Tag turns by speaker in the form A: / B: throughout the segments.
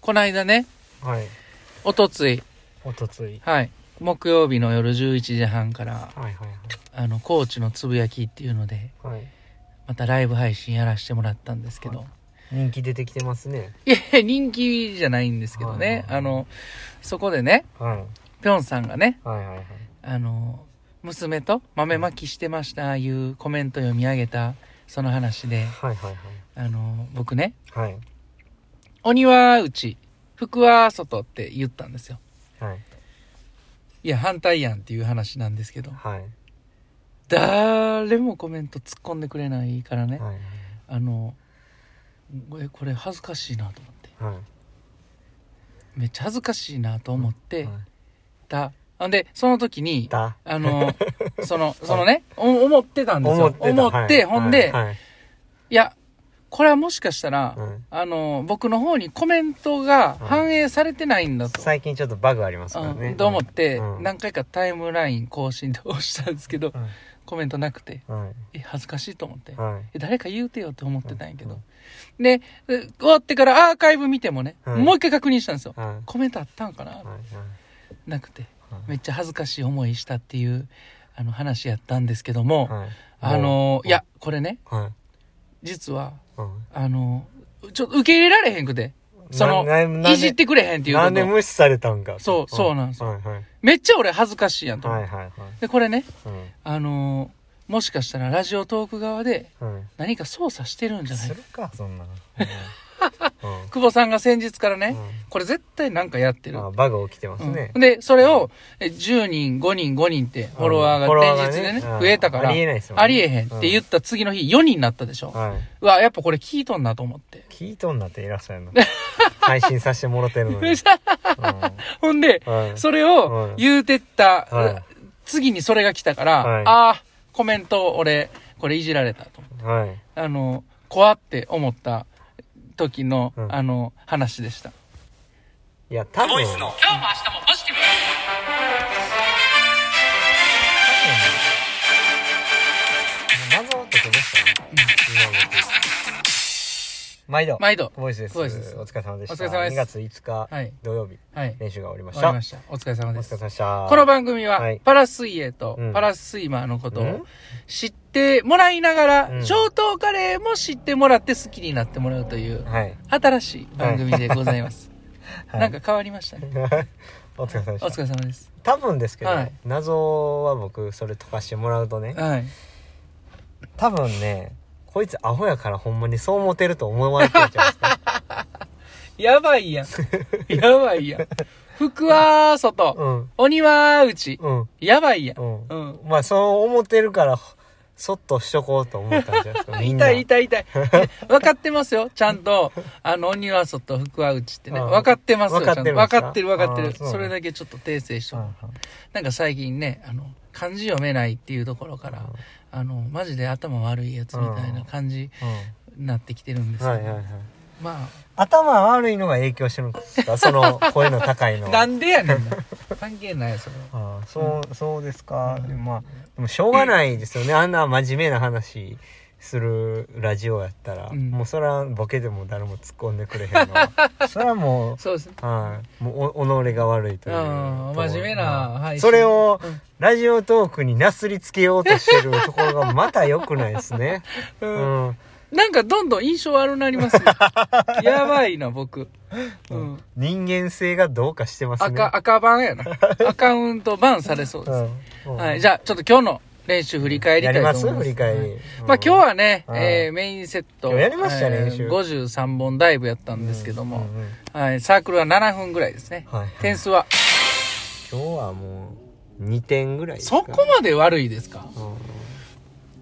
A: この間ね、
B: はい。
A: おとつい、
B: おとつい。
A: はい、木曜日の夜11時半から、
B: はいはい
A: あの、コーチのつぶやきっていうので、
B: はい。はい。
A: またライブ配信やらしてもらったんですけど、
B: 人気出てきてますね。
A: いやいや、人気じゃないんですけどね、
B: はい
A: あの、そこでね、
B: はい。
A: ぴょんさんがね、
B: はいはいはい。
A: あの、娘と豆まきしてました、いうコメント読み上げた、その話で、
B: はいはい
A: あの、僕ね、
B: はい。はい。
A: 鬼は内、福は外って言ったんですよ。
B: はい。
A: いや、反対やんっていう話なんですけど、
B: はい。
A: 誰もコメント突っ込んでくれないからね、
B: はい。
A: あのえこれ恥ずかしいなと思って
B: はい。
A: めっちゃ恥ずかしいなと思って
B: はい
A: た、あんでその時に
B: だ。
A: あのその そのねお思ってたんですよ
B: 思
A: 思
B: っ
A: って
B: た。はい
A: ほんで、
B: はい
A: い
B: はい。
A: やこれはもしかしたら、
B: うん
A: あの僕の方にコメントが反映されてないんだと、
B: 最近ちょっとバグありますから
A: う
B: ね。
A: んと思って、
B: うん
A: 何回かタイムライン更新で押したんですけど、
B: うん
A: コメントなくて
B: は
A: え
B: い。
A: 恥ずかしいと思って、
B: はい。
A: え誰か言うてよって思ってたんやけど
B: うん。
A: で、え終わってからアーカイブ見てもね、
B: はい
A: もう一回確認したんですよ。
B: はい。
A: コメントあったんかな
B: はい
A: なくて。
B: はい
A: めっちゃ恥ずかしい思いしたっていう、あの話やったんですけども、
B: はい。
A: あのー、いや、
B: も
A: これね、
B: う。はい。
A: 実は、
B: うん
A: あのー、ちょっと受け入れられへんくて、その
B: なな、
A: いじってくれへんっていうこ
B: なんで
A: と。
B: 無視されたんか。
A: そうそうなんですよ
B: はいはい。
A: めっちゃ俺恥ずかしいやんと思
B: は
A: っ
B: い
A: て。
B: はい
A: で、これね、
B: はい。
A: あのー、もしかしたらラジオトーク側で
B: うん。はい。
A: 何か操作してるんじゃない
B: す
A: か
B: るか、そ んなの。うんうん
A: 久保さんが先日からね、
B: うん
A: これ絶対なんかやってる
B: まあ、バグ起きてますね。
A: うんで、それを、え10人、5人、5人って、フォロワ
B: フォロ
A: ー
B: ワー
A: が
B: が
A: 連日でね、
B: ねうん
A: 増えたから、
B: ありえないですもんね
A: ありえへんって言った次の日、4人になったでしょ。
B: は
A: うわ、やっぱこれ聞いとんなと思って
B: い。。聞いとんなっていらっし ゃるの。配信させてもろてるのに。うん
A: ほんで、
B: はい
A: それを
B: うん
A: 言うてった、
B: はい
A: 次にそれが来たから、
B: はい
A: ああ、コメント俺、これいじられたと思って。
B: はい。
A: あの、怖って思った時の、
B: うん
A: あの、話でした。
B: いや、多分、
A: 今日も明日もポジティブ
B: 謎を解けましたね。今の僕毎度。
A: 毎度
B: ボイスです。
A: ボイスです
B: お疲れ様でした。
A: お疲れ様です
B: 2月5日、
A: はい
B: 土曜日、
A: はい。
B: 練習が終わりまし
A: 終わ
B: た。
A: りました。お疲れ様
B: お
A: で
B: 疲
A: す
B: れ。様でした。
A: この番組は、
B: はい
A: パラ水泳と
B: うん
A: パラスイマーのこと
B: う
A: を
B: ん
A: 知ってもらいながら、
B: うん
A: 上等カレーも知ってもらって好きになってもらうという、
B: はい。
A: 新しい番組でございます。
B: はい
A: なんか変わりましたね。
B: お疲れ様で
A: お
B: し
A: 疲
B: た。
A: れ様です。
B: 多分ですけど
A: はい、
B: 謎は僕、それ解かしてもらうとね、
A: はい。
B: 多分ね、こいつアホやからほんまにそう思ってると思われてるじゃないで すか。
A: やばいやん。 やばいやん。福は外、
B: うん。
A: 鬼は内。
B: うん。
A: やばいやん。
B: うん
A: う。
B: まあ、そう思ってるから、そっとしとこうと思ったんじゃない ですか。みんな
A: 痛い痛い痛い。ね分かってますよ。ちゃんと、あの、鬼は外、福は内ってね。
B: うん
A: 分かってますよ。ちゃんと
B: 分か
A: 分
B: ってるんですか
A: かってる分かって
B: あ
A: る。
B: ーそうなん
A: そ
B: だ
A: れだけちょっと訂正しと
B: うん
A: こ
B: う
A: うんなんか最近ね、あの、漢字読めないっていうところから、あの、マジで頭悪いやつみたいな感じ
B: う
A: になってきてるんですけど、
B: んはいはいはい。
A: ま
B: 頭悪いのが影響してるんで すかその声の高い
A: あ、
B: の。
A: なんでやね んな。関係ないよ、それは。
B: ああそう、そうですか。
A: うん
B: でもまあ、でもしょうがないですよね。あんな真面目な話するラジオやったら、
A: うん
B: もうそれはボケでも誰も突っ込んでくれへ んの。それはもう、
A: そうですね。
B: はい、もうお己が悪いという
A: うん
B: ところ
A: 真面目な
B: うん
A: 配信
B: それを
A: うん
B: ラジオトークになすりつけようとしてるところがまた良くないですね、
A: う。
B: うんん
A: なんかどんどん印象悪なり ますね。やばいな、僕。うん。
B: 人間性がどうかしてますね
A: 赤、赤番や な。アカウントバンされそうです。はい、じ
B: ゃ
A: ゃあ、ちょっと今日の練習振り返り
B: や
A: たいと
B: り
A: 思い
B: ま
A: ますす。
B: 振り返り、
A: まあ今日はね、
B: うん
A: えーメインセット。
B: 今日やりましたね
A: えー
B: 練習
A: 53本ダイブやったんですけども、
B: うんうんうん
A: はい、サークルは7分ぐらいですね。
B: はい、
A: 点数は、
B: 今日はもう2点ぐらいですか
A: そこまで悪いですか
B: うん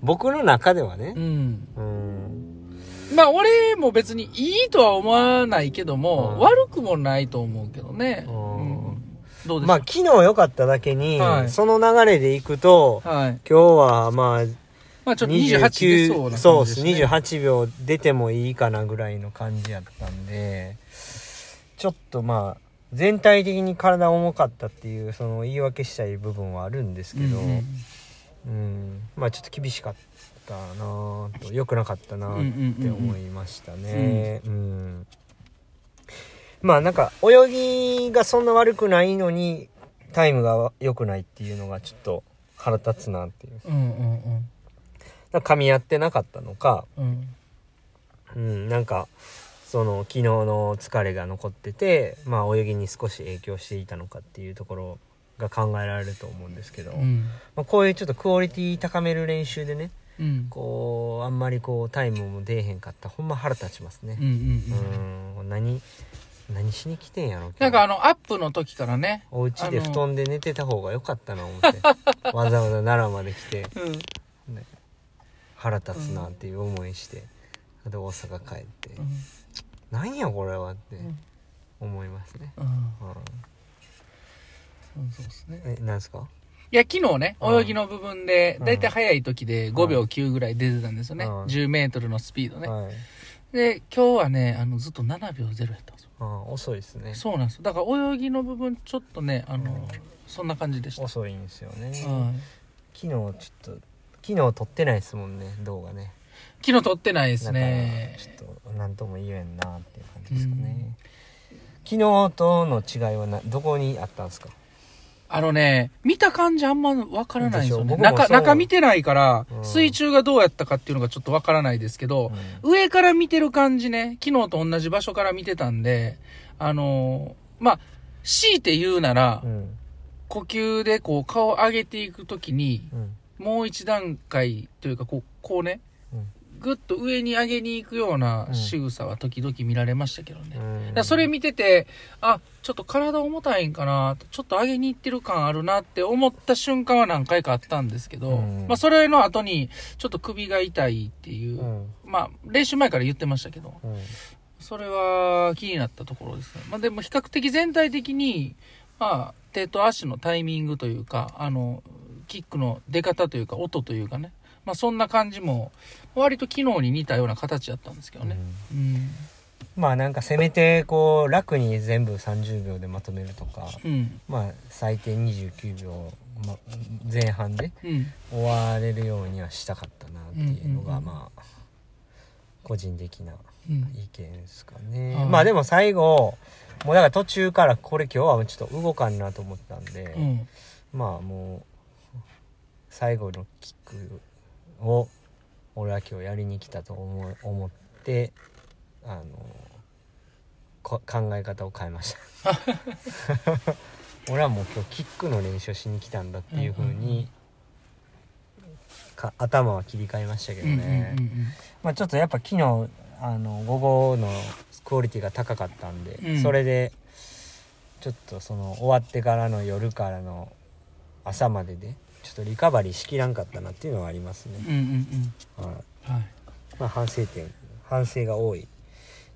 B: 僕の中ではね
A: う、ん。
B: うん
A: まあ俺も別にいいとは思わないけども、
B: うん
A: 悪くもないと思うけどね。
B: う
A: うんん。どうでしょ
B: まあ
A: う、
B: 昨日良かっただけに、
A: はい
B: その流れでいくと、
A: はい。
B: 今日はまあ
A: まあちょっと28出そうな感じで
B: 29
A: した、ね。
B: そうです28秒出てもいいかなぐらいの感じやったんでちょっとまあ全体的に体重かったっていうその言い訳したい部分はあるんですけど、
A: う
B: うん
A: うん
B: んまあちょっと厳しかったなぁと良くなかったなぁって思いましたね。うんまあなんか泳ぎがそんな悪くないのにタイムが良くないっていうのがちょっと腹立つなっていう。
A: うんうん
B: だから噛み合ってなかったのか、
A: うんうん
B: うん、なんかその昨日の疲れが残ってて、まあ、泳ぎに少し影響していたのかっていうところが考えられると思うんですけど、
A: うん
B: まあ、こういうちょっとクオリティ高める練習でね
A: うん
B: こうあんまりこうタイムも出えへんかったほんま腹立ちますね
A: うんう。んうん
B: うん、何何しに来てんやろ今日
A: なんかあのアップの時からね
B: お家で
A: あの
B: 布団で寝てた方が良かったな 思ってわざわざ奈良まで来て
A: うん
B: 腹立つなっていう思いして、で大阪帰って、なんやこれはって
A: うん
B: 思いますね、
A: うん
B: うん、
A: うんそうですね
B: えなんですか
A: いや、昨日ね、
B: うん
A: 泳ぎの部分で、だいたい早い時で5秒9ぐらい出てたんですよね。
B: うん
A: 10メートルのスピードね。
B: はい
A: で、今日はね、あの、ずっと7秒0やったんですよ。
B: あー遅いですね
A: そうなんですよ。だから泳ぎの部分、ちょっとね、あの、
B: うん
A: そんな感じでした。
B: 遅いんですよね
A: はい
B: 昨日ちょっと昨日撮ってないですもんね動画ね
A: 昨日撮ってないですね
B: だ。からちょっと何とも言えんなっていう感じですかね、昨日との違いはなどこにあったんですか
A: あのね、見た感じあんまわからないんですよ
B: でしょ
A: ね。
B: 僕もそう
A: 中、中見てないから
B: う、ん
A: 水中がどうやったかっていうのがちょっとわからないですけど、上から見てる感じね、昨日と同じ場所から見てたんで、あのーまあ、強いて言うなら、
B: うん
A: 呼吸でこう顔を上げていくときに、
B: うん
A: もう一段階というかこう、こうね、
B: うん
A: ぐっと上に上げに行くような仕草は時々見られましたけどね。だか
B: うん
A: らそれ見てて、あ、ちょっと体重たいんかな、ちょっと上げに行ってる感あるなって思った瞬間は何回かあったんですけど、
B: うん
A: まあそれの後に、ちょっと首が痛いっていう、
B: うん
A: まあ練習前から言ってましたけど、
B: うん
A: それは気になったところですね。まあでも比較的全体的に、まあ手と足のタイミングというか、あの、キックの出方というか音というかね、まあそんな感じも、割と昨日に似たような形だったんですけどね。うん。
B: まあなんかせめてこう楽に全部30秒でまとめるとか
A: うん。
B: まあ最低29秒、ま、前半で
A: うん。
B: 終われるようにはしたかったなっていうの
A: うんうんう
B: が
A: ん
B: まあ個人的な
A: うん。
B: 意見ですかね、
A: はい
B: まあでも最後もうだから途中からこれ今日はちょっと動かんなと思ったんで、
A: うん。
B: まあもう最後のキックを俺は今日やりに来たと思う思ってあのこ考え方を変えました 俺はもう今日キックの練習をしに来たんだっていう風
A: うんうんう
B: に、か頭は切り替えましたけど
A: うん。うん。うん
B: ね、まあちょっとやっぱ昨日あの午後のクオリティが高かったんで、
A: うん
B: それでちょっとその終わってからの夜からの朝まででちょっとリカバリーしきらんかったなっていうのはありますね
A: うん。、うん。
B: はい
A: はい。
B: まあ、反省点反省が多い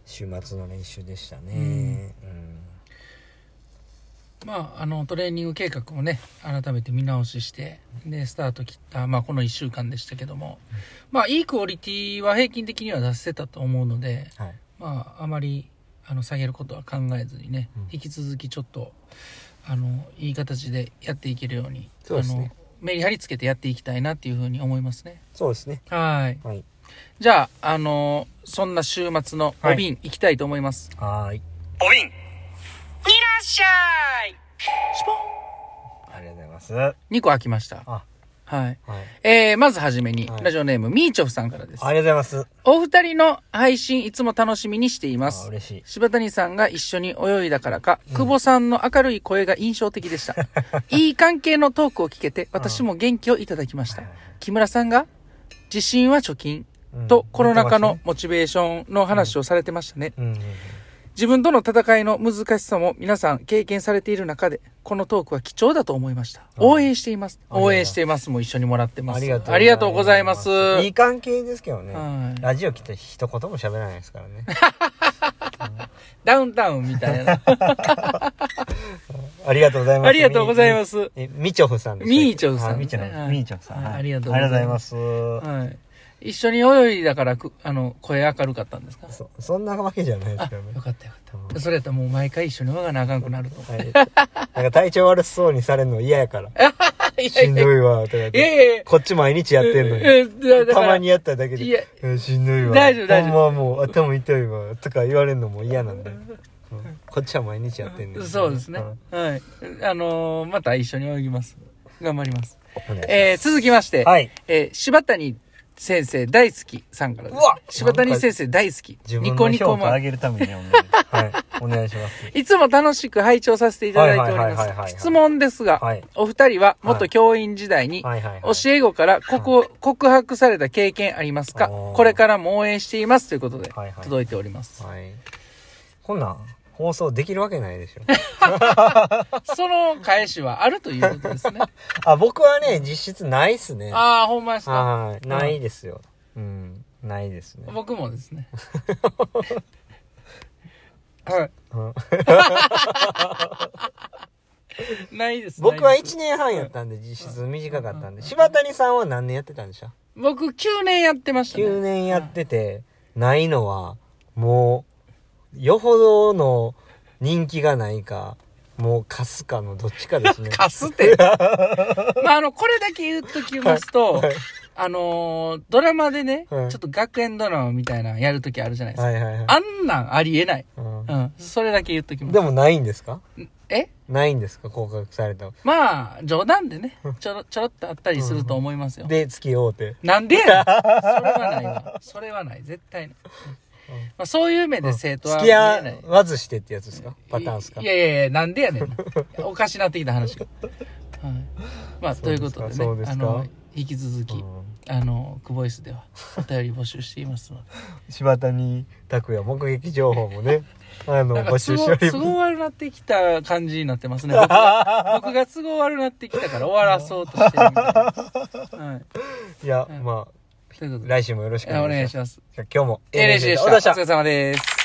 B: 週末の練習でしたね、うん
A: まあ、あのトレーニング計画をね改めて見直ししてでスタート切った、まあ、この1週間でしたけども、まあ、いいクオリティは平均的には出せたと思うので、
B: はい
A: まあ、あまりあの下げることは考えずにね、
B: うん
A: 引き続きちょっとあのいい形でやっていけるように
B: そうですね
A: あのメリハリつけてやっていきたいなっていうふうに思いますね。
B: そうですね
A: はい
B: はい
A: じゃあ、あのそんな週末のお瓶、い、きたいと思います。
B: はーい
A: お瓶いらっしゃいシュポン
B: ありがとうございますあ
A: !2 個開きました。
B: はい
A: はい。
B: あり
A: えー、まずはじめに、
B: はい
A: ラジオネーム、みーちょふさんからです
B: が。とうございます
A: お二人の配信いつも楽しみにしていま
B: あ
A: す。
B: 嬉しい
A: 柴谷さんが一緒に泳いだからか、久保さんの明るい声が印象的で した。いい関係のトークを聞けて、私も元気をいただきました。木村さんが、自信は貯金
B: うん
A: とコロナ禍のモチベーションの話をされてましたね。
B: うんうんうん
A: 自分との戦いの難しさも皆さん経験されている中で、このトークは貴重だと思いました。
B: うん
A: 応援しています。
B: ありがとう
A: 応援しています。もう一緒にもらってます。
B: ありがとう。
A: ございます。
B: いい関係ですけどね。
A: はい
B: ラジオ来て一言も喋らないですからね。
A: ダウンタウンみたいな。
B: ありがとうございます。
A: ありがとうございます
B: み。え、みちょふさんです。
A: みーちょふさん
B: あみちょふ
A: は
B: さん。
A: い
B: みーちょふさん。
A: はい
B: はい
A: ありがとう
B: あ
A: ご
B: りがとうご
A: ざ
B: ざ
A: い
B: い
A: ま
B: ます。
A: はい。一緒に泳いだからく、あの、声明るかったんですか
B: そ、そんなわけじゃないですけど
A: よ
B: ね。
A: かったよかっ
B: う
A: た。それやったらもう毎回一緒に泳がなあかんくなると思う。
B: はい。なんか体調悪そうにされるの嫌やから。
A: いや
B: しん
A: い
B: ど
A: やい
B: いわ、とか言っ
A: や
B: て。
A: いやいや。
B: こっち毎日やってんのに。
A: に
B: たまにやっただけ
A: い
B: で
A: や。
B: えしんどいわ。
A: 大丈夫大丈夫
B: ほんまもう頭痛いわ。とか言われるのも嫌なんで。うんこっちは毎日やってんねん
A: そうですね。
B: ん
A: はい。あのーまた一緒に泳ぎます。頑張ります。
B: お願いします
A: えー続きまして、
B: はい
A: えー柴谷先生大好きさんからです
B: うわ
A: 柴谷先生大好き。
B: 自
A: ニ
B: 分
A: コ
B: の
A: ニコ
B: 評価
A: マ
B: 上
A: ン。
B: げるために呼んでるはいお願いします
A: いつも楽しく拝聴させていただいてお
B: はいはいはい
A: り
B: はい
A: ま
B: はい
A: す。質問ですが、
B: はい
A: お二人は元教員時代に、
B: はいはいはい
A: 教え子から告,、告白された経験ありますか
B: おー
A: これからも応援していますということで
B: はいはい
A: 届いております。
B: はいこんなん放送できるわけないでしょ
A: その返しはあるということです ね。
B: あ僕はね実質ないっすね
A: ああ、ほんまですか。
B: はいないですようんないですね
A: 僕もです ね。はい
B: うん
A: ないです
B: 僕は
A: ないです
B: 1年半やったんで実質短かったんで柴谷さんは何年やってたんでしょ
A: 僕9年やってましたね。
B: 9年やっててないのはもうよほどの人気がないかもう貸すかのどっち かですね
A: かすって。まあ、あの、これだけ言っときますと、
B: はい
A: あのードラマでね、
B: はい
A: ちょっと学園ドラマみたいなのやるときあるじゃないですか。
B: はいはいはい
A: あんなんありえない。
B: うん
A: うん。それだけ言っときます。
B: でもないんですか
A: え
B: ないんですか降格された
A: まあ、冗談でね、ちょろ、ちょろっとあったりすると思いますよ。
B: で付き合うて
A: なんでやね んそれはないわ。それはない。絶対ない。まあ、そういう目で生徒は
B: 付
A: 見え
B: き
A: な
B: 合
A: い。
B: わずしてってやつですかパターンですか
A: いやいやいや、なんでやねんな。おかしなってきた話が。はい。まあ、
B: そ
A: と
B: う
A: い
B: で
A: う
B: す
A: こ
B: か
A: とで
B: そうで
A: ね、
B: すか
A: あの、引き続
B: う
A: き、
B: ん
A: あの、クボイスでは、お便り募集しています ので。
B: 柴谷拓也目撃情報もねあ の
A: なんか
B: 募
A: 都
B: 集してお
A: 合、
B: り
A: 都
B: ま
A: 合悪なってきた感じになってますね。 僕が僕が都合悪なってきたから終わらそうとしてるみたいな。はい。
B: すいや
A: うん
B: まあ
A: ということで、
B: 来週もよろしくお
A: お
B: 願
A: 願
B: い
A: い
B: し
A: し
B: ます
A: ます。
B: じゃあ今日も
A: えー、レジでした。お
B: お疲れ様
A: 疲れ
B: で
A: 様です。